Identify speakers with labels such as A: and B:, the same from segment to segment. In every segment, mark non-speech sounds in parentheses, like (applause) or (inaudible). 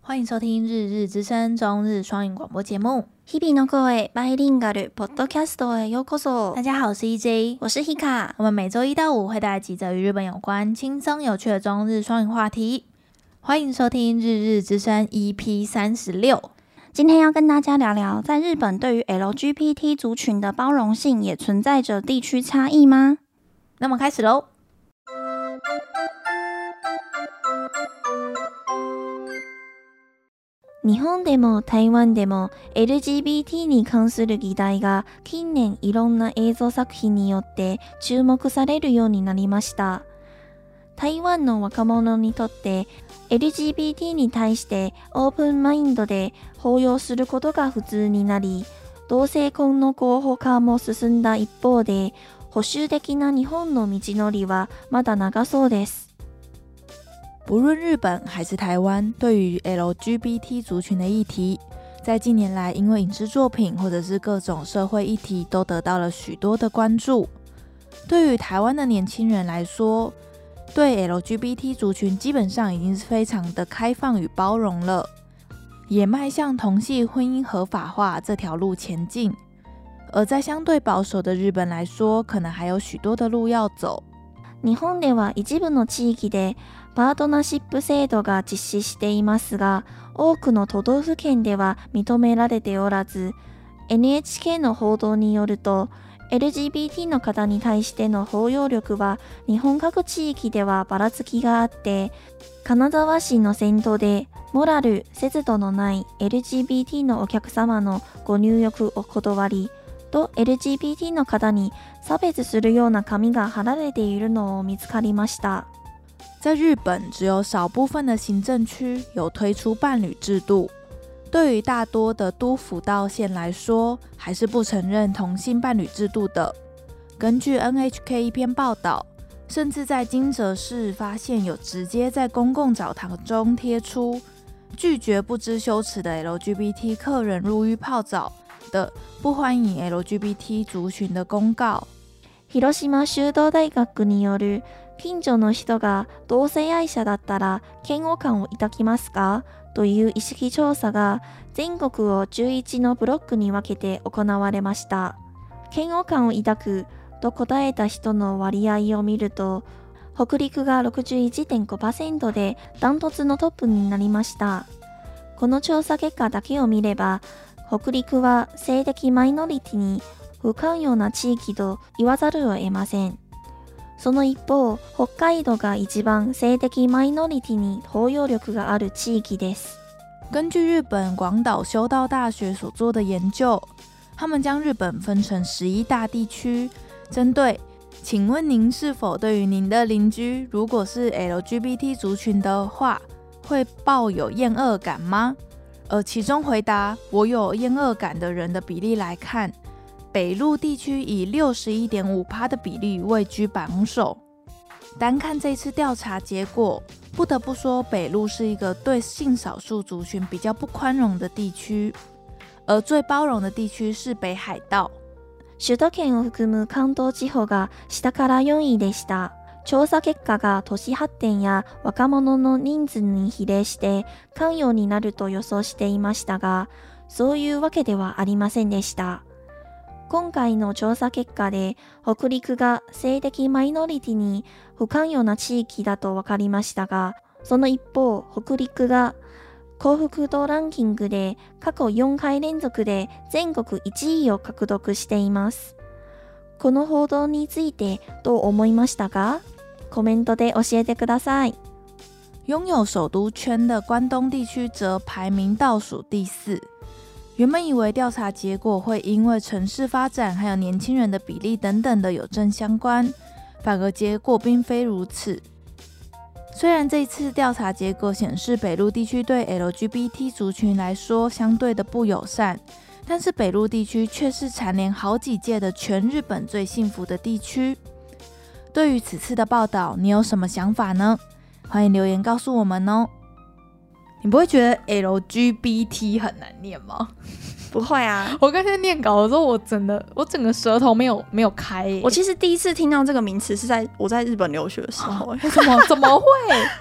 A: 欢迎收听《日日之声》中日双语广播节目。
B: 日々の声バイリンガルポッドキャストへようこそ
A: 大。家好，我是 EJ。
B: 我是 Hika。
A: 我们每周一到五会带来几则与日本有关、轻松有趣的中日双语话题。欢迎收听《日日之声》EP 三十六。
B: 今天要跟大家聊聊，在日本对于 LGBT 族群的包容性也存在着地区差异吗？
A: 那么开始喽。
B: 日本でも台湾でも LGBT に関する議題が近年いろんな映像作品によって注目されるようになりました。台湾の若者にとって LGBT に対してオープンマインドで包容することが普通になり、同性婚の合法化も進んだ一方で、保守的な日本の道のりはまだ長そうです。
A: 不论日本还是台湾，对于 LGBT 族群的议题，在近年来因为影视作品或者是各种社会议题，都得到了许多的关注。对于台湾的年轻人来说，对 LGBT 族群基本上已经是非常的开放与包容了，也迈向同性婚姻合法化这条路前进。而在相对保守的日本来说，可能还有许多的路要走。
B: 日本では一部の地域でパートナーシップ制度が実施していますが多くの都道府県では認められておらず NHK の報道によると LGBT の方に対しての包容力は日本各地域ではばらつきがあって金沢市の先頭でモラル・節度のない LGBT のお客様のご入浴を断りと LGBT の方に差別するような紙が貼られているのを見つかりました
A: 在日本，只有少部分的行政区有推出伴侣制度。对于大多的都府道县来说，还是不承认同性伴侣制度的。根据 NHK 一篇报道，甚至在金泽市发现有直接在公共澡堂中贴出“拒绝不知羞耻的 LGBT 客人入浴泡澡”的“不欢迎 LGBT 族群”的公告。
B: 広島修道大学による近所の人が同性愛者だったら嫌悪感を抱きますかという意識調査が全国を11のブロックに分けて行われました嫌悪感を抱くと答えた人の割合を見ると北陸が61.5%でダントツのトップになりましたこの調査結果だけを見れば北陸は性的マイノリティに不寛容な地域と言わざるを得ません。その一方、北海道が一番性的マイノリティに包容力がある地域です。
A: 根据日本广岛修道大学所做的研究，他们将日本分成十一大地区，针对“请问您是否对于您的邻居如果是 LGBT 族群的话，会抱有厌恶感吗？”而其中回答“我有厌恶感”的人的比例来看，北陆地区以六十一点五趴的比例位居榜首。单看这次调查结果，不得不说，北陆是一个对性少数族群比较不宽容的地区，而最包容的地区是北海道。
B: 首都圏を含む関東地方が下から4位でした。調査結果が都市発展や若者の人数に比例して関与になると予想していましたが、そういうわけではありませんでした。今回の調査結果で北陸が性的マイノリティに不関与な地域だと分かりましたが、その一方、北陸が幸福度ランキングで過去4回連続で全国1位を獲得しています。この報道についてどう思いましたかコメントで教えてください。
A: 拥有首都圈的关东地区则排名倒数第四。原本以为调查结果会因为城市发展还有年轻人的比例等等的有正相关，反而结果并非如此。虽然这次调查结果显示北陆地区对 LGBT 族群来说相对的不友善，但是北陆地区却是蝉联好几届的全日本最幸福的地区。对于此次的报道，你有什么想法呢？欢迎留言告诉我们哦。你不会觉得 LGBT 很难念吗？
B: 不会啊，
A: (laughs) 我刚才念稿的时候，我整的我整个舌头没有没有开耶、
C: 我其实第一次听到这个名词是在我在日本留学的时候、 (laughs) 欸
A: 怎么怎 (laughs) 么会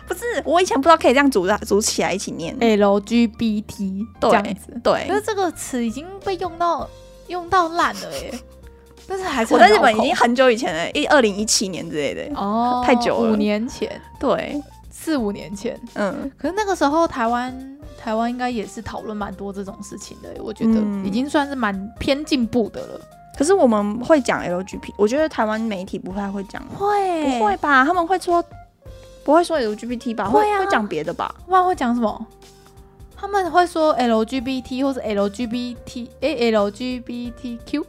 C: 不是我以前不知道可以这样组的组起来一起念。
A: LGBT 这
C: 对
A: 样子？
C: 对
A: 可，是这个词已经被用到用到烂了耶、 (laughs) 但是还是
C: 我
A: 很
C: 在日本已
A: 绕口
C: 经很久以前了，一二零一七年之类的。
A: 哦
C: 太久了
A: 五年前
C: 对，
A: 四五年前，
C: 嗯，
A: 可是那个时候台湾台湾应该也是讨论蛮多这种事情的耶，我觉得
C: 嗯
A: 已经算是蛮偏进步的了。
C: 可是我们会讲 LGBT，我觉得台湾媒体不太会讲，
A: 会
C: 不会吧？他们会说不会说 LGBT 吧？会
A: 会啊
C: 会讲别的吧？
A: 不然会讲什么？他们会说 LGBT 或者 LGBT 哎 LGBTQ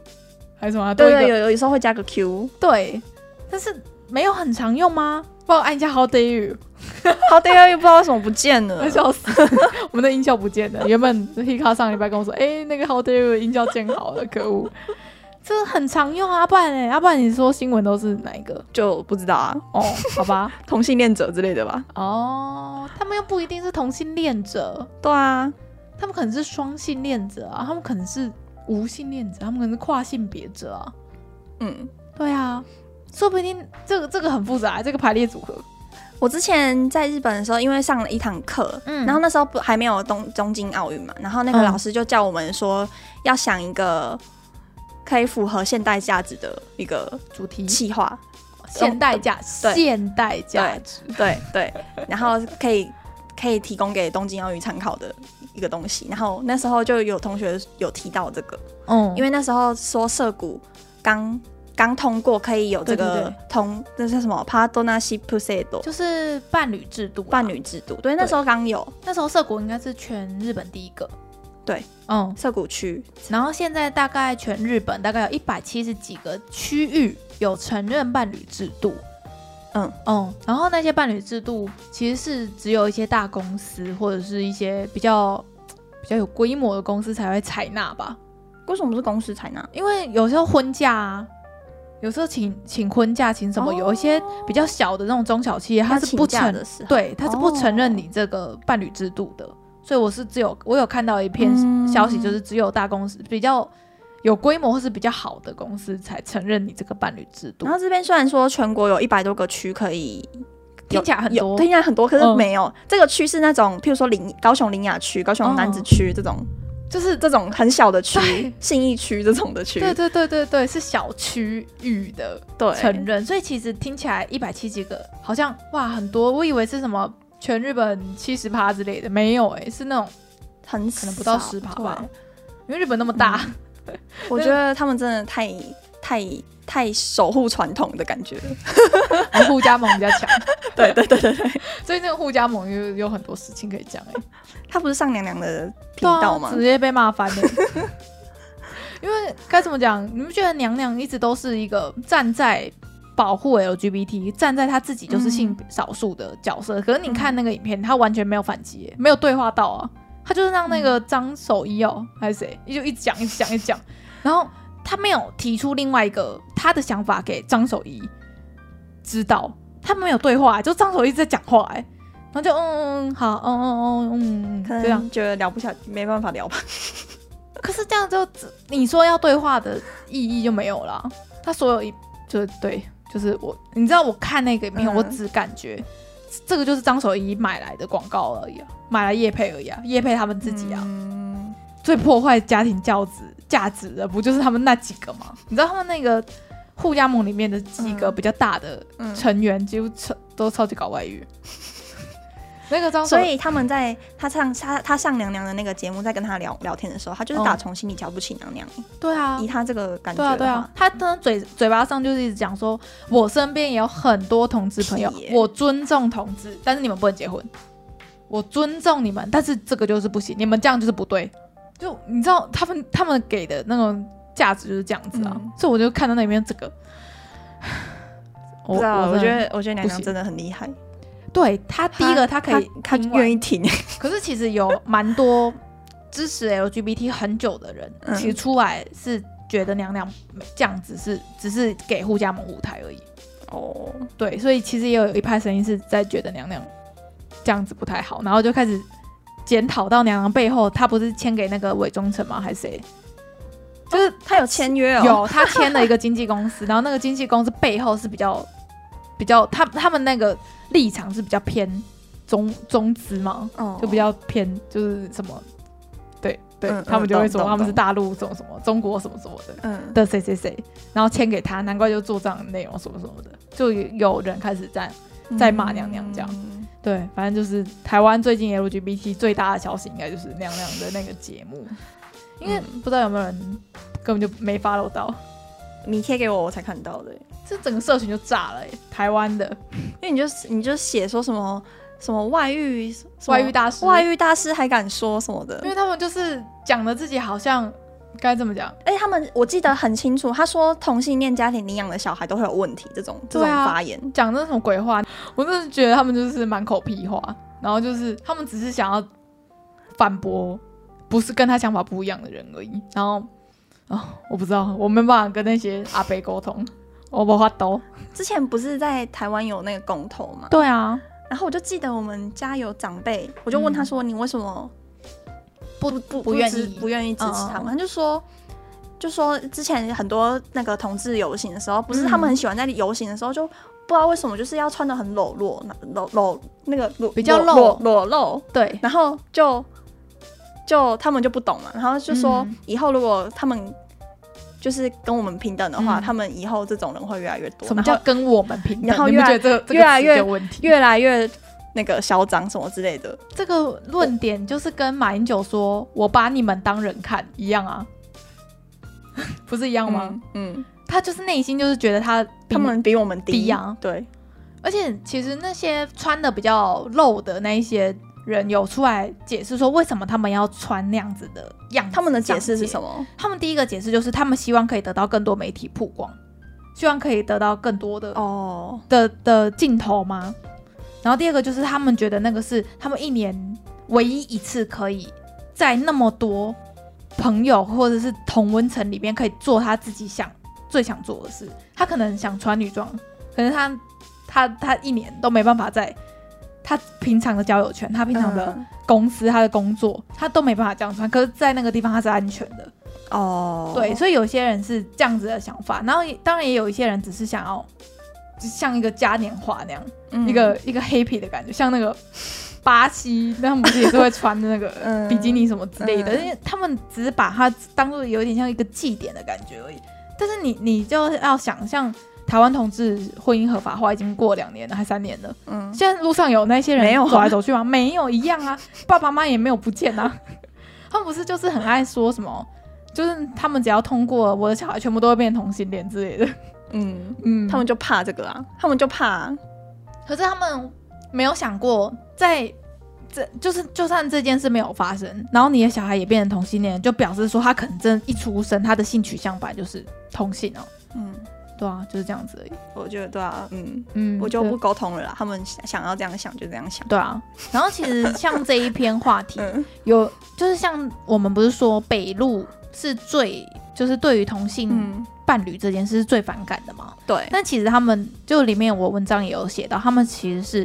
A: 还是什么啊、多
C: 对
A: 一个
C: 对，有有有时候会加个 Q。
A: 对，但是没有很常用吗？帮我按一下哎 How dare you！
C: (laughs) 好的呀，又不知道为什么不见了
A: 我。笑死， (laughs) 我们的音效不见了。原本 Hika 上礼拜跟我说，哎、那个 How dare you 的音效建好了，可恶！这很常用啊，不然呢？要、不然你说新闻都是哪一个？
C: 就不知道啊，
A: 哦，好
C: (laughs)
A: 吧，
C: 同性恋者之类的吧？
A: 哦，他们又不一定是同性恋者，
C: 对啊，
A: 他们可能是双性恋者啊，他们可能是无性恋者，他们可能是跨性别者啊。
C: 嗯，
A: 对啊，说不定这个这个很复杂，这个排列组合。
C: 我之前在日本的时候，因为上了一堂课，
A: 嗯
C: 然后那时候不还没有东东京奥运嘛，然后那个
A: 嗯
C: 老师就叫我们说要想一个可以符合现代价值的一个
A: 主题
C: 企划，
A: 现代价，
C: 哦对
A: 现代价值。
C: 对对，然后可以可以提供给东京奥运参考的一个东西。然后那时候就有同学有提到这个，
A: 嗯
C: 因
A: 为
C: 为那时候说涉谷刚刚通过可以有
A: 对
C: 这
A: 对
C: 个
A: 对
C: 同那叫什么 partnership制度，
A: 就是啊伴侣制度啊，
C: 伴侣制度，对，那时候刚有
A: 那时候涩谷应该是全日本第一个。
C: 对，
A: 嗯，
C: 涩谷区，
A: 然后现在大概全日本大概有一百七十几个区域有承认伴侣制度。
C: 嗯
A: 嗯，然后那些伴侣制度其实是只有一些大公司或者是一些比较比较有规模的公司才会采纳吧，
C: 为什么不是公司采纳？
A: 因为有时候婚假啊，有时候请请婚假请什么，有一些比较小的那种中小企业，它是不
C: 哦要请假
A: 承
C: 的时候，
A: 对，他是不承认
C: 哦
A: 你这个伴侣制度的，所以我是只有我有看到一篇
C: 嗯
A: 消息，就是只有大公司比较有规模或是比较好的公司才承认你这个伴侣制度
C: 然。后这边虽然说全国有一百多个区可以。有
A: 听起来很
C: 有
A: 多
C: 听起来很多，可是
A: 嗯
C: 没有、这个区是那种，譬如说林高雄林雅区、高雄南子区这种、
A: 就是
C: 这种很小的
A: 对
C: 区，信义区这种的区，
A: 对对对对对，是小区域的
C: 对
A: 承认，所以其实听起来一百七几个，好像哇很多，我以为是什么全日本七十趴之类的，没有哎、是那种
C: 很
A: 可能不到
C: 少
A: 十趴
C: 对嗯
A: 吧，因为日本那么大，
C: 我觉得他们真的太太太守护传统的感觉了。
A: (laughs) 然后互加盟比较强，
C: 对 (laughs) 对对对对，
A: 所以那个互加盟有有很多事情可以讲哎、
C: 他不是上娘娘的频
A: 对啊
C: 道吗？
A: 直接被骂翻了。 (laughs) 因为该怎么讲？你们觉得娘娘一直都是一个站在保护 LGBT，站在她自己就是性
C: 嗯
A: 少数的角色。可是你看那个影片，她完全没有反击耶，没有对话到啊，她就是让那个张守一
C: 嗯
A: 哦、还是谁，就一直讲一直讲一直讲，然后她没有提出另外一个她的想法给张守一知道，他们没有对话，就张守一直在讲话哎。然后就嗯嗯嗯好嗯嗯嗯嗯嗯
C: 可
A: 嗯这样
C: 能觉得聊不下，没办法聊吧。
A: 可是这样就只你说要对话的意义就没有了。啊他所有一就是对，就是我，你知道我看那个影片，
C: 嗯
A: 我只感觉这个就是张守一买来的广告而已、啊，买来叶配而已啊，叶配他们自己啊。
C: 嗯，
A: 最破坏家庭教子价值的不就是他们那几个吗？你知道他们那个互加盟里面的几个
C: 嗯
A: 比较大的
C: 嗯
A: 成员，几乎超都超级搞外
C: (laughs)
A: 遇。那个张守
C: 哦所以他们在他上他他上娘娘的那个节目，在跟他聊聊天的时候，他就是打从心里瞧不起娘娘。
A: 对啊，
C: 以他这个感觉嗯
A: 对
C: 的
A: 啊，
C: 话，
A: 对啊，他的嘴嘴巴上就是一直讲说，我身边也有很多同志朋友
C: 屁耶，
A: 我尊重同志，但是你们不能结婚，我尊重你们，但是这个就是不行，你们这样就是不对。就你知道他们他们给的那种价值就是这样子啊，
C: 嗯
A: 所以我就看到那里面这个，
C: 不知道，啊我
A: 真
C: 觉
A: 的
C: 得我觉得娘
A: 不
C: 娘
A: 行
C: 真的很厉害。
A: 对他第一个他可以
C: 他
A: 听完
C: 愿意听，
A: 可是其实有蛮多支持 LGBT 很久的人，
C: 嗯
A: 其实出来是觉得娘娘这样子是只是给互加盟舞台而已。
C: 哦，
A: 对，所以其实也有一派声音是在觉得娘娘这样子不太好，然后就开始检讨到娘娘背后，她不是签给那个伪忠诚吗？还是谁？就是
C: 他有 (laughs) 签约哦，
A: 有，他签了一个经纪公司，然后那个经纪公司背后是比较比较，他他们那个立场是比较偏中中资嘛，
C: 哦
A: 就比较偏就是什么，对对，
C: 嗯嗯
A: 他们就会说
C: 懂懂
A: 他们是
C: 懂
A: 大陆什么什么中国什么什么的
C: 嗯
A: 的谁谁谁，然后签给他，难怪就做这样的内容什么什么的，就有人开始在在骂娘娘这样
C: 嗯
A: 对，反正就是台湾最近 LGBT 最大的消息应该就是娘娘的那个节目，
C: 嗯
A: 因为不知道有没有人根本就没 follow 到。
C: 你贴给我，我才看到的。
A: 这整个社群就炸了、欸，台湾的
C: 因为你就你就写说什么什么外遇什么
A: 外遇大师，
C: 外，遇大师嗯还敢说什么的
A: 因，为他们就是讲的自己好像该怎么讲，
C: 而且哎他们我记得很清楚，他说同性恋家庭领养的小孩都会有问题，这种这种
A: 对啊
C: 发言，
A: 讲那种鬼话，我真的觉得他们就是满口屁话，然后就是他们只是想要反驳，不是跟他想法不一样的人而已。然后啊、我不知道，我没办法跟那些阿伯沟通，我无法度。
C: 之前不是在台湾有那个公投嘛，
A: 对啊，
C: 然后我就记得我们家有长辈，我就问他说：“你为什么
A: 嗯不
C: 不
A: 不愿
C: 支
A: 意嗯
C: 不愿意支持他们？”他就说。就说之前很多那个同志游行的时候，不
A: 嗯
C: 是他们很喜欢在游行的时候，就不知道为什么就是要穿的很裸露，那裸裸那个裸
A: 比较
C: 裸
A: 露
C: 裸裸露，
A: 对，
C: 然后就就他们就不懂嘛，然后就说
A: 嗯
C: 以后如果他们就是跟我们平等的话，
A: 嗯
C: 他们以后这种人会越来越多，
A: 什么
C: 然
A: 叫
C: 后
A: 跟我们平等？
C: 然后
A: 你们
C: 越
A: 觉
C: 来
A: 得这个这个
C: 越来
A: 词
C: 越
A: 有问题？
C: 越来越那个嚣张什么之类的。
A: 这个论点就是跟马英九说“我把你们当人看”一样啊， (laughs) 不是一样吗？
C: 嗯，嗯，
A: 他就是内心就是觉得他比
C: 他们比我们低
A: 低啊
C: 对，
A: 而且其实那些穿的比较露的那一些人有出来解释说为什么他们要穿那样子的样子。
C: 他们的解释是什
A: 么？
C: 么？
A: 他们第一个解释就是他们希望可以得到更多媒体曝光，希望可以得到更多的
C: 哦，
A: 的的镜头吗？然后第二个就是他们觉得那个是他们一年唯一一次可以在那么多朋友或者是同温层里面可以做他自己想最想做的事。他可能想穿女装，可是他他他一年都没办法在他平常的交友圈、他平常的
C: 嗯
A: 公司、他的工作，他都没办法这样穿。可是，在那个地方他是安全的。
C: 哦，
A: 对，所以有些人是这样子的想法，然后也当然也有一些人只是想要，就像一个嘉年华那样，
C: 嗯
A: 一个一个 happy 的感觉，像那个巴西，那他们不是也是会穿的那个
C: (laughs) 嗯
A: 比基尼什么之类的，
C: 嗯
A: 因为他们只是把它当做有点像一个祭典的感觉而已。但是你你就要想象，台湾同志婚姻合法化已经过两年了，还三年了，
C: 嗯，
A: 现在路上有那些
C: 没有
A: 人
C: 啊
A: 走来走去吗？没有一样啊，爸爸妈妈也没有不见啊。他们不是就是很爱说什么，就是他们只要通过我的小孩，全部都会变同性恋之类的。
C: 嗯，
A: (laughs) 嗯，
C: 他们就怕这个啊，他们就怕啊，
A: 可是他们没有想过，在这就是就算这件事没有发生，然后你的小孩也变成同性恋，就表示说他可能真的一出生他的性取向本来就是同性哦。
C: 嗯，
A: 对啊，就是这样子而已。
C: 我觉得对啊，嗯，
A: 嗯，
C: 我就
A: 对
C: 不沟通了啦，他们想想要这样想就这样想，
A: 对啊。然后其实像这一篇话题，
C: 嗯
A: 有就是像我们不是说北路是最就是对于同性
C: 嗯，
A: 伴侣这件事是最反感的嘛？
C: 对，
A: 但其实他们就里面我文章也有写到，他们其实是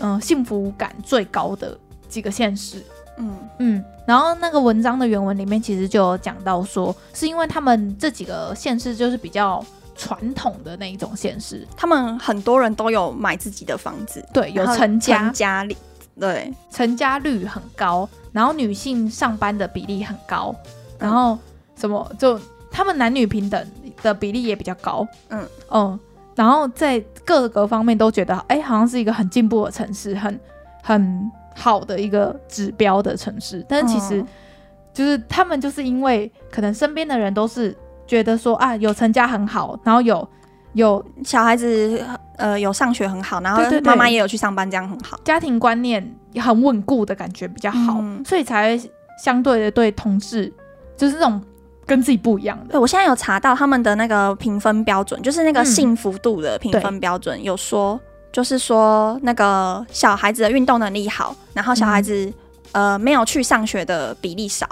A: 嗯、呃幸福感最高的几个县市。
C: 嗯
A: 嗯，然后那个文章的原文里面其实就有讲到说，是因为他们这几个县市就是比较传统的那一种县市，
C: 他们很多人都有买自己的房子，
A: 对，有
C: 然后
A: 成家
C: 成，家里，对，
A: 成家率很高，然后女性上班的比例很高，
C: 嗯
A: 然后什么就他们男女平等的比例也比较高，
C: 嗯
A: 嗯，然后在各个方面都觉得，哎、好像是一个很进步的城市，很很好的一个指标的城市，但其实
C: 嗯
A: 就是他们就是因为可能身边的人都是觉得说啊，有成家很好，然后有有
C: 小孩子呃有上学很好，然后
A: 对对对
C: 妈妈也有去上班，这样很好。
A: 家庭观念很稳固的感觉比较好，
C: 嗯
A: 所以才会相对的对同志就是那种跟自己不一样的
C: 对，。我现在有查到他们的那个评分标准，就是那个
A: 嗯
C: 幸福度的评分标准，有说就是说那个小孩子的运动能力好，然后小
A: 嗯
C: 孩子、呃没有去上学的比例少，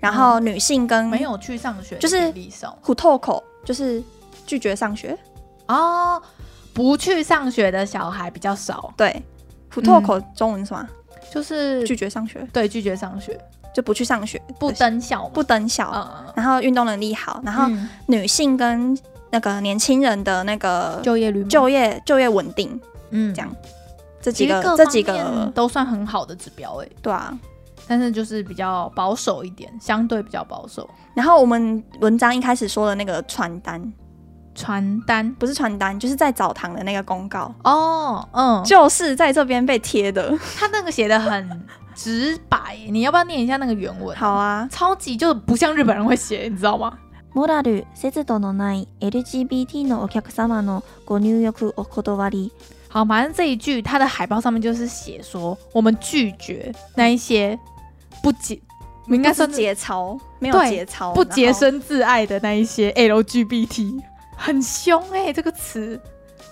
C: 然后女性跟
A: 哦没有去上学，
C: 嗯就是
A: 比例少
C: 虎透口就是拒绝上学，
A: 哦。不去上学的小孩比较少，
C: 对，虎透口中文是什
A: 嗯
C: 么？啊
A: 就是
C: 拒绝上学，
A: 对拒绝上学，
C: 就不去上学，
A: 不登校嘛，
C: 不登校，
A: 嗯，嗯
C: 然后运动能力好，然后
A: 嗯
C: 女性跟那个年轻人的那个
A: 就业率吗
C: 就业就业稳定
A: 嗯
C: 这样这
A: 其
C: 几
A: 实
C: 个
A: 各
C: 这几
A: 方面
C: 个
A: 都算很好的指标哎，
C: 对啊。
A: 但是就是比较保守一点，相对比较保守。
C: 然后我们文章一开始说的那个传单，
A: 传单
C: 不是传单，就是在澡堂的那个公告，
A: 哦，嗯，
C: 就是在这边被贴的。
A: 他那个写的很直白，你要不要念一下那个原文？
C: 好啊，
A: 超级就不像日本人会写，你知道吗？
B: モラル、節度のない LGBT のお客様のご入浴お断り。
A: 好，反正这一句它的海报上面就是写说我们拒绝那一些不洁，应该
C: 是
A: 算是
C: 节操，没有
A: 对
C: 节操，
A: 不
C: 然
A: 洁
C: 后。
A: 身自爱的那一些 LGBT，很凶哎、这个词。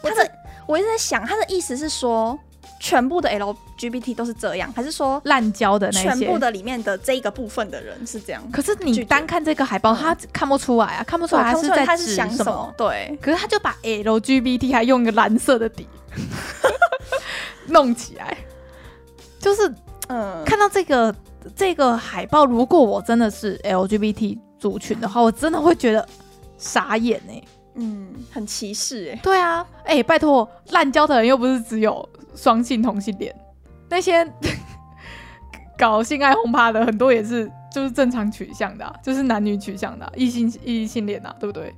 C: 他的我一直在想，他的意思是说，全部的 LGBT 都是这样，还是说
A: 滥交的那
C: 全
A: 些
C: 部。的里面的这一个部分的人是这样？
A: 可是
C: 拒
A: 你
C: 绝
A: 单看这个海报，
C: 嗯
A: 他看不出来啊，看不出
C: 我
A: 来
C: 看不
A: 是
C: 出来
A: 在
C: 他
A: 指
C: 是想
A: 什
C: 什
A: 么。
C: 么？对，
A: 可是他就把 LGBT 还用一个蓝色的 (laughs) 底弄起来，就是
C: 嗯，
A: 看到这个这个海报，如果我真的是 LGBT 族群的话，我真的会觉得傻眼哎、
C: 嗯，很歧视哎、
A: 对啊，哎、拜托，滥交的人又不是只有双性同性恋，那些 (laughs) 搞性爱轰趴的很多也是就是正常取向的啊、就是男女取向的啊、异性异性恋啊，对不对？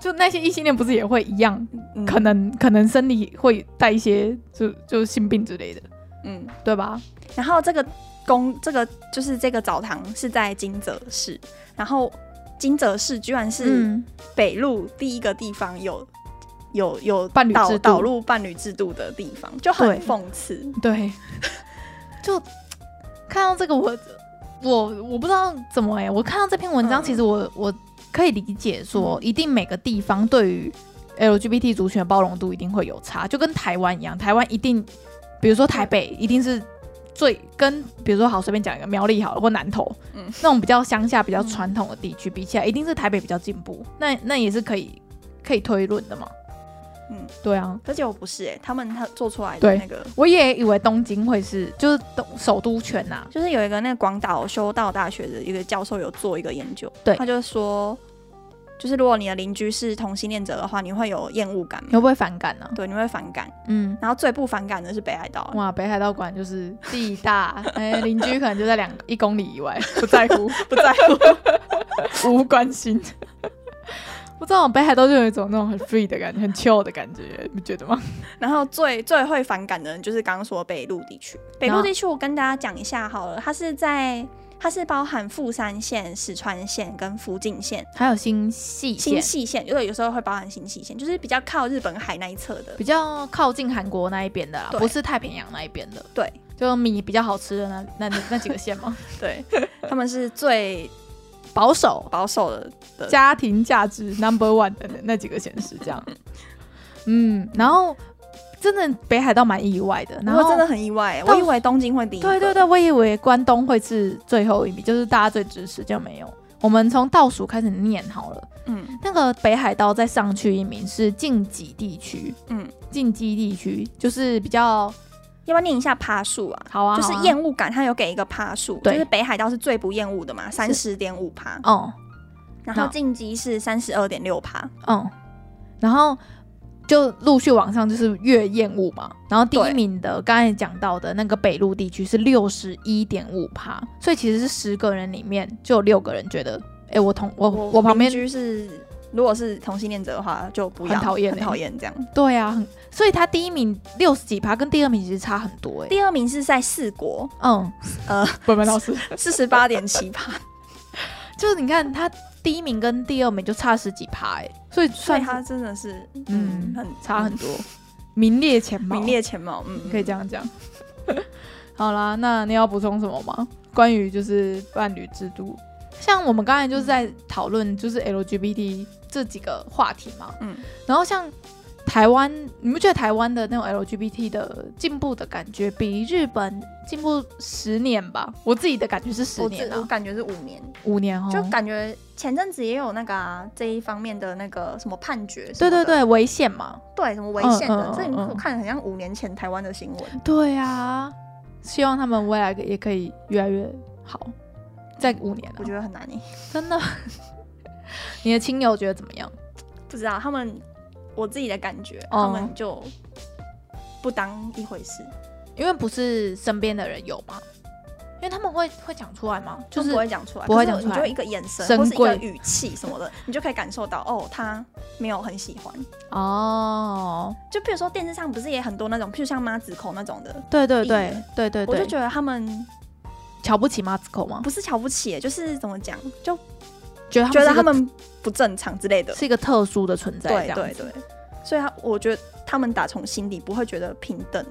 A: 就那些异性恋不是也会一样，
C: 嗯
A: 可能可能生理会带一些就就是性病之类的，
C: 嗯。
A: 对吧？
C: 然后这个宫，这个就是这个澡堂是在金泽市，然后金泽市居然是
A: 嗯，
C: 北路第一个地方有、有有
A: 伴侣
C: 导
A: 制度嗯
C: 导入伴侣制度的地方，就很
A: 对
C: 讽刺。
A: 对， (laughs) 就看到这个我我我不知道怎么哎、我看到这篇文章，
C: 嗯
A: 其实我、我可以理解说，一定每个地方对于 LGBT 族群的包容度一定会有差，就跟台湾一样，台湾一定，比如说台北一定是。最跟比如说好随便讲一个苗栗好了或南投，
C: 嗯
A: 那种比较乡下、比较传统的地区比起来，一定是台北比较进步，那那也是可以可以推论的嘛。
C: 嗯，
A: 对啊，
C: 而且我不是哎、他们他做出来的
A: 对
C: 那个，
A: 我也以为东京会是就是东首都圈啊呐、
C: 就是有一个那个广岛修道大学的一个教授有做一个研究，
A: 对
C: 他就说，就是如果你的邻居是同性恋者的话，你会有厌恶感
A: 你
C: 吗？
A: 会不会反感啊呢、
C: 对，你会反感。
A: 嗯，
C: 然后最不反感的是北海道，
A: 哇，北海道馆就是地大， (laughs) 哎，邻居可能就在两一公里以外， (laughs) 不在乎，
C: 不在
A: (laughs)
C: 乎。
A: 无关心。不知道北海道就有一种那种很 free 的感觉，很 chill 的感觉，你觉得吗？
C: 然后最最会反感的人就是刚刚说北陆地区。北陆地区，我跟大家讲一下好了，它是在它是包含富山县、石川县跟福井县、
A: 还有新细
C: 新
A: 线，
C: 细县，因为有时候会包含新细县，就是比较靠日本海那一侧的
A: 比。较靠近韩国那一边的啦，
C: 对
A: 不是太平洋那一边的，
C: 对
A: 就米比较好吃的那那那几个县吗？
C: (laughs) 对，他们是最
A: (laughs) 保守，
C: 保守的的。
A: 家庭价值 number one 的那几个显示这样。嗯，然后真的北海道蛮意外的，然
C: 然后
A: 后
C: 真的很意外，
A: 到
C: 我以为东京会第一个。
A: 对对对，我以为关东会是最后一名，就是大家最支持，就没有。我们从倒数开始念好了。
C: 嗯
A: 那个北海道再上去一名是近畿地区，
C: 嗯，
A: 近畿地区就是比较
C: 要不要念一下趴数啊？
A: 好啊，
C: 就是
A: 好啊
C: 厌恶感，它有给一个趴数，就
A: 对
C: 是北海道是最不厌恶的嘛，三十点五趴，
A: 哦
C: 然后
A: 那
C: 晋级是三十二点六趴，
A: 嗯，然后就陆续往上，就是越厌恶嘛。然后第
C: 对
A: 一名的刚才讲到的那个北陆地区是六十一点五趴，所以其实是十个人里面就有六个人觉得，哎，我同我我旁边
C: 邻居是，如果是同性恋者的话，就不要，
A: 很讨厌
C: 很
A: 欸
C: 讨厌这样。
A: 对啊，很所以他第一名六十几趴，跟第二名其实差很多哎、
C: 第二名是在四国，
A: 嗯，
C: 呃，
A: 本本老师，
C: 四十八点七趴，
A: (laughs) 就是你看他第一名跟第二名就差十几趴哎、所以
C: 所以
A: 算
C: 他
A: 他
C: 真的是，
A: 嗯
C: 嗯，很
A: 差很
C: 嗯
A: 多，名列前茅，
C: 名列前茅，嗯，
A: 可以这样讲。 (laughs) 好啦，那你要补充什么吗？关于就是伴侣制度，像我们刚才就是在讨论就是 LGBT 这几个话题嘛，
C: 嗯，
A: 然后像台湾，你们觉得台湾的那种 LGBT 的进步的感觉比日本进步十年吧？我自己的感觉是十
C: 我
A: 年
C: 自我
A: 啊，
C: 感觉是五年，
A: 五年哦，
C: 就感觉前阵子也有那个啊这一方面的那个什么判决什
A: 对
C: 么
A: 对
C: 的，
A: 对，违宪嘛，
C: 对，什么违
A: 嗯
C: 宪的
A: 嗯，
C: 这
A: 嗯
C: 你
A: 嗯
C: 看很像五年前台湾的新闻，
A: 对啊，希望他们未来也可以越来越好。再五年啊
C: 我
A: 了，
C: 觉得很难欸诶，
A: 真的。 (laughs) 你的亲友觉得怎么样？
C: 不知道他们我自己的感觉，
A: 哦
C: 他们就不当一回事，
A: 因为不是身边的人有吗？因为他们会会讲出来吗？就
C: 他们
A: 是
C: 不会讲出来，
A: 不会
C: 可是
A: 讲出来
C: 你就一个眼神
A: 神
C: 或是一个
A: 棍
C: 语气什么的，你就可以感受到哦，他没有很喜欢。
A: 哦，
C: 就譬如说电视上不是也很多那种，譬如像妈子口那种的，
A: 对对
C: 艺
A: 对
C: 人
A: 对对
C: 嗯我就
A: 对，
C: 觉得他们
A: 瞧不起马子口吗？
C: 不是瞧不起，就是怎么讲，就
A: 觉得
C: 觉得
A: 他
C: 他
A: 们
C: 们不正常之类的。
A: 是一个特殊的存在，
C: 对
A: 这样
C: 对
A: 子
C: 对，所以他我觉得他们打从心底不会觉得平等，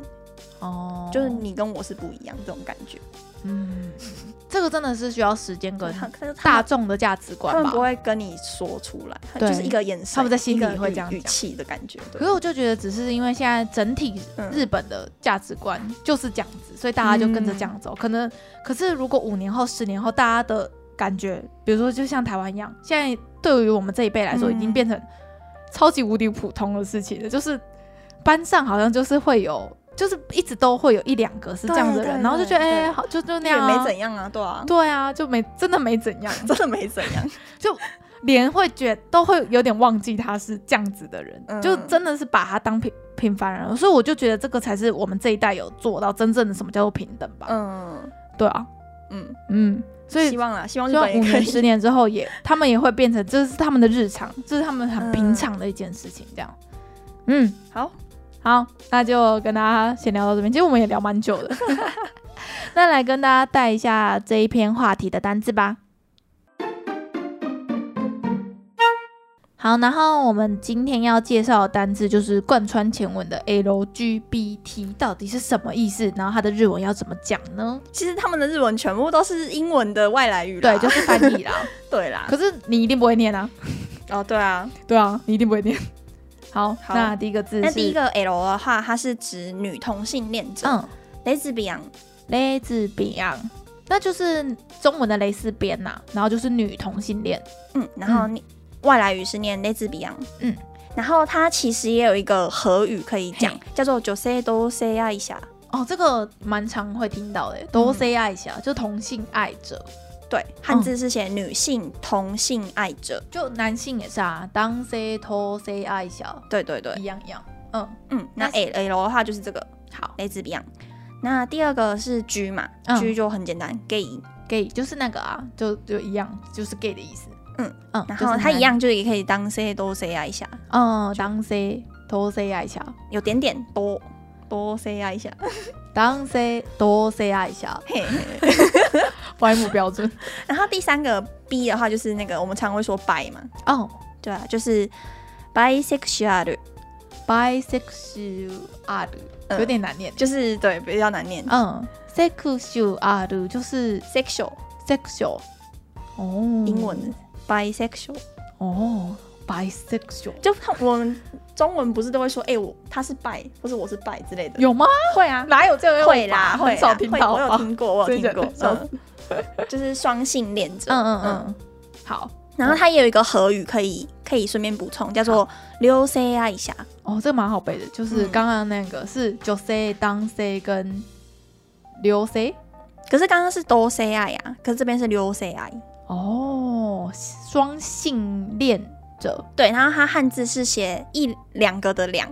A: 哦，
C: 就是你跟我是不一样这种感觉。
A: 嗯， (laughs) 这个真的是需要时间跟
C: 他他
A: 大
C: 他
A: 众的价值观
C: 他们
A: 吧
C: 不。会跟你说出来，他
A: 对
C: 就是一个眼神，
A: 他们在心里
C: 一个
A: 会
C: 语
A: 这样
C: 语
A: 讲
C: 气的感觉。对
A: 可是我就觉得，只是因为现在整体
C: 嗯
A: 日本的价值观就是这样子，所以大家就跟着这样走。
C: 嗯
A: 可能，可是如果五年后、十年后，大家的感觉，比如说就像台湾一样，现在对于我们这一辈来说，
C: 嗯
A: 已经变成超级无敌普通的事情了。就是班上好像就是会有，就是一直都会有一两个是这样的
C: 对
A: 人，
C: 对
A: 然后就觉得
C: 对
A: 哎、
C: 对
A: 好就就那
C: 也
A: 样、啊，
C: 没怎样啊，对啊，
A: 对啊，就没真的没怎样，
C: (laughs) 真的没怎样。
A: 连会觉都会有点忘记他是这样子的人，
C: 嗯
A: 就真的是把他当平平凡人了，所以我就觉得这个才是我们这一代有做到真正的什么叫做平等吧。
C: 嗯
A: 对啊，
C: 嗯，
A: 嗯，所以
C: 希
A: 希
C: 望啦，希望日
A: 望
C: 本
A: 五
C: 也可
A: 年、
C: 以。
A: 十年之后也，他们也会变成这是他们的日常，这是他们很
C: 嗯
A: 平常的一件事情，这样。嗯，
C: 好，
A: 好，那就跟大家闲聊到这边，其实我们也聊蛮
C: (laughs)
A: 久的。那来跟大家带一下这一篇话题的单字吧。好，然后我们今天要介绍的单字就是贯穿前文的 LGBT 到底是什么意思？然后它的日文要怎么讲呢？
C: 其实他们的日文全部都是英文的外来语啦，
A: 对，就是翻
C: (laughs)
A: 译啦。
C: 对啦。
A: 可是你一定不会念啊。
C: 哦，对啊，
A: 对啊，你一定不会念。好，
C: 好
A: 那第一个字是
C: 那第一，个 L 的话，它是指女同性恋者、
A: 嗯，
C: l e s b i a n
A: 蕾丝边，那就是中文的蕾丝边呐、然后就是女同性恋。
C: 嗯，然后你、外来语是念 lesbian，
A: 嗯，
C: 然后它其实也有一个和语可以讲
A: 嘿，
C: 叫做 Jose do se a 一下，
A: 哦，这个蛮常会听到
C: 嗯
A: 的，都 say 爱一下，就同性爱者，
C: 对，汉字是写女性同性爱者，
A: 就男性也是啊，当 say to say 爱一下，
C: 对对对，
A: 一样一样。嗯，
C: 嗯，那
A: 那是
C: L L 的话就是这个
A: 好
C: lesbian，那第二个是 G 嘛、
A: 嗯
C: g 就很简单，gay，
A: ，gay 就是那个啊，就就一样，就是 gay 的意思。
C: 嗯
A: 嗯，
C: 然
A: 就是
C: 后它
A: 男
C: 一，样就是也可以当 say do say ah 一下，
A: 嗯，当 say to say 爱一下，
C: 有点点多多 say ah 一下， (laughs)
A: 当 say to say 爱一下，
C: 嘿嘿。
A: (laughs) 外母标准。
C: 然后第三个 B 的话就是那个我们常会说 bi 嘛，
A: 哦
C: 对啊，就是 bisexual。
A: ，bisexual
C: 嗯
A: 有点难念。
C: 就是对比较难念。
A: 嗯，sexual 就是
C: sexual
A: sexual，哦，
C: 英文 bisexual，
A: 哦，bisexual
C: 就他我们中文不是都会说，哎、我他是 bi 或者我是 bi 之类的，
A: 有吗？
C: 会啊，
A: 哪有这个用法
C: 会啦，会
A: 很
C: 啦
A: 少听
C: 会
A: 到
C: 我有
A: 吧
C: 听过，我有
A: 真的 (laughs)
C: 听过，
A: 笑死
C: 嗯，
A: (laughs)
C: 就是双性恋者，
A: 嗯嗯嗯，好，
C: 然后它也有一个和语可以可以顺便补充，叫做溜 C 啊一下，
A: 哦，这个蛮好背的，就是
C: 嗯
A: 刚刚那个是 j o s e 当 C 跟留 C，
C: 可是刚刚是多 C I 呀，可是这边是溜 C 啊 I，
A: 哦，双性恋者，
C: 对，然后它汉字是写一两个的两，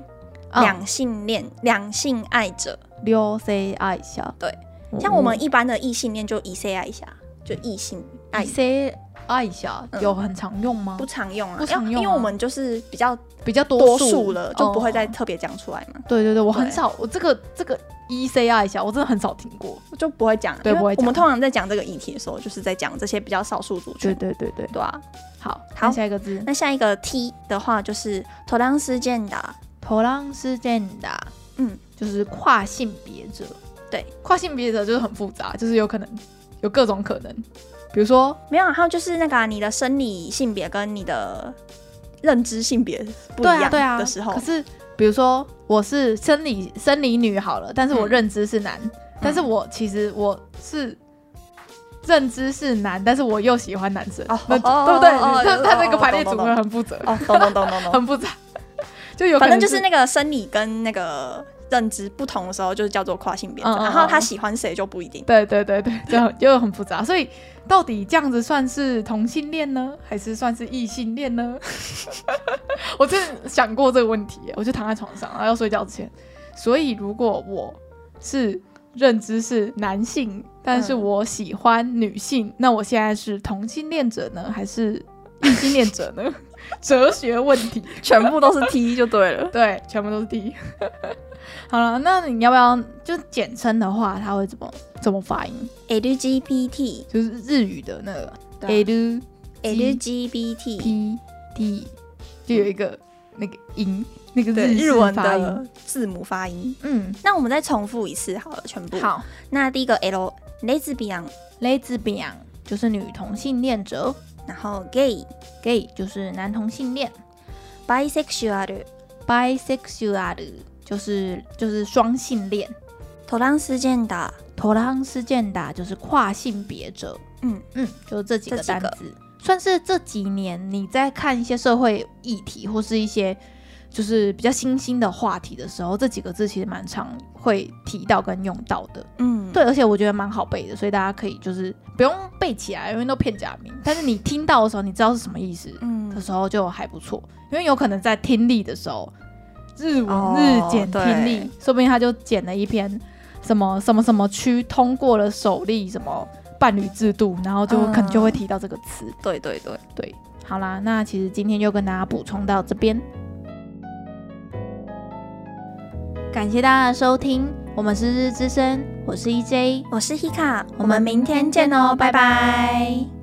A: 嗯
C: 两性恋，两性爱者，
A: 留 C 爱一下，
C: 对
A: 嗯，
C: 像我们一般的异性恋就一 C I 一下，就异性爱
A: 爱 C 爱一下
C: 嗯
A: 有很常用吗
C: 不？常用啊，
A: 不常
C: 因为
A: 用啊
C: 因为我们就是比较
A: 比较
C: 多
A: 数
C: 数了，就不会再
A: 哦
C: 特别讲出来嘛，
A: 对对对，我很
C: 对
A: 少，我这个这个 E C R 一下，我真的很少听过。
C: 就不会讲。
A: 对
C: 因为
A: 不会讲
C: 我们通常在讲这个议题的时候，就是在讲这些比较少数族群。
A: 对对对，
C: 对啊，
A: 好，
C: 好
A: 看下一个字，
C: 那下一个 T 的话就是头当事件的，
A: 头浪是件的，啊
C: 嗯，
A: 就是跨性别者。
C: 对，
A: 跨性别者就是很复杂，就是有可能有各种可能，比如说
C: 没有啊，还有就是那个啊、你的生理性别跟你的认知性别不一
A: 对啊
C: 样
A: 对啊
C: 的时候，
A: 可是比如说我是生理生理女好了，但是我
C: 嗯
A: 认知是男，但是我其实我是。认知是男，但是我又喜欢男生，
C: 哦
A: 那
C: 哦
A: 对不对？
C: 哦哦
A: 他
C: 哦
A: 他这个
C: 哦
A: 排列
C: 懂
A: 组
C: 懂
A: 合
C: 懂
A: 很复杂， (laughs)
C: 哦，懂懂懂懂懂，
A: 很复杂，就有可
C: 反
A: 能
C: 正就是那个生理跟那个认知不同的时候，就是叫做跨性别
D: 嗯
C: 者。
D: 嗯嗯
C: 然后他喜欢谁就不一定。
D: 对对对对，这样就很复杂。所以到底这样子算是同性恋呢，还是算是异性恋 (laughs) 呢？我真的想过这个问题耶，我就躺在床上，然后要睡觉之前。所以如果我是认知是男性，但是
C: 嗯
D: 我喜欢女性，那我现在是同性恋者呢，还是异性恋者 (laughs) 呢？哲学问题。
C: 全部都是 T 就对 (laughs) 了。
D: 对，全部都是 D。好了，那你要不要就简称的话，它会怎么怎么发音？
C: LGBT、
D: 就是日语的那个
A: 啊
C: 对
D: L
C: LGBT，
D: P T，就有一个那个音，那个
C: 对
D: 日
C: 日
D: 式
C: 文
D: 发音。
C: 的字母发音。
A: 嗯，
C: 那我们再重复一次好了，全部。，
A: 好
C: 那第一个 L lesbian，
A: ，lesbian 就是女同性恋者
C: 然后 gay、
A: ，gay 就是男同性恋
C: bisexual、
A: ，bisexual 就是就是双性恋
C: transgender，
A: t r a n s g e 就是跨性别者。
C: 嗯
A: 嗯，就是这几个
C: 这几
A: 单
C: 个
A: 词，算是这几年你在看一些社会议题或是一些就是比较新兴的话题的时候，这几个字其实蛮常会提到跟用到的。
C: 嗯，
A: 对，而且我觉得蛮好背的，所以大家可以就是不用背起来，因为都片假名。但是你听到的时候，你知道是什么意思的
C: 嗯，
A: 时候就还不错，因为有可能在听力的时候，日文、
C: 哦
A: 日检听力
C: 对，
A: 说不定他就剪了一篇什么什么什么区通过了首例什么伴侣制度，然后就可能就会提到这个词。
C: 对对对。
A: 对，好啦，那其实今天就跟大家补充到这边，感谢大家的收听，我们是日之声，我是 EJ。
C: 我是 Hika，
A: 我
C: 我
A: 们
C: 们明天见哦，拜拜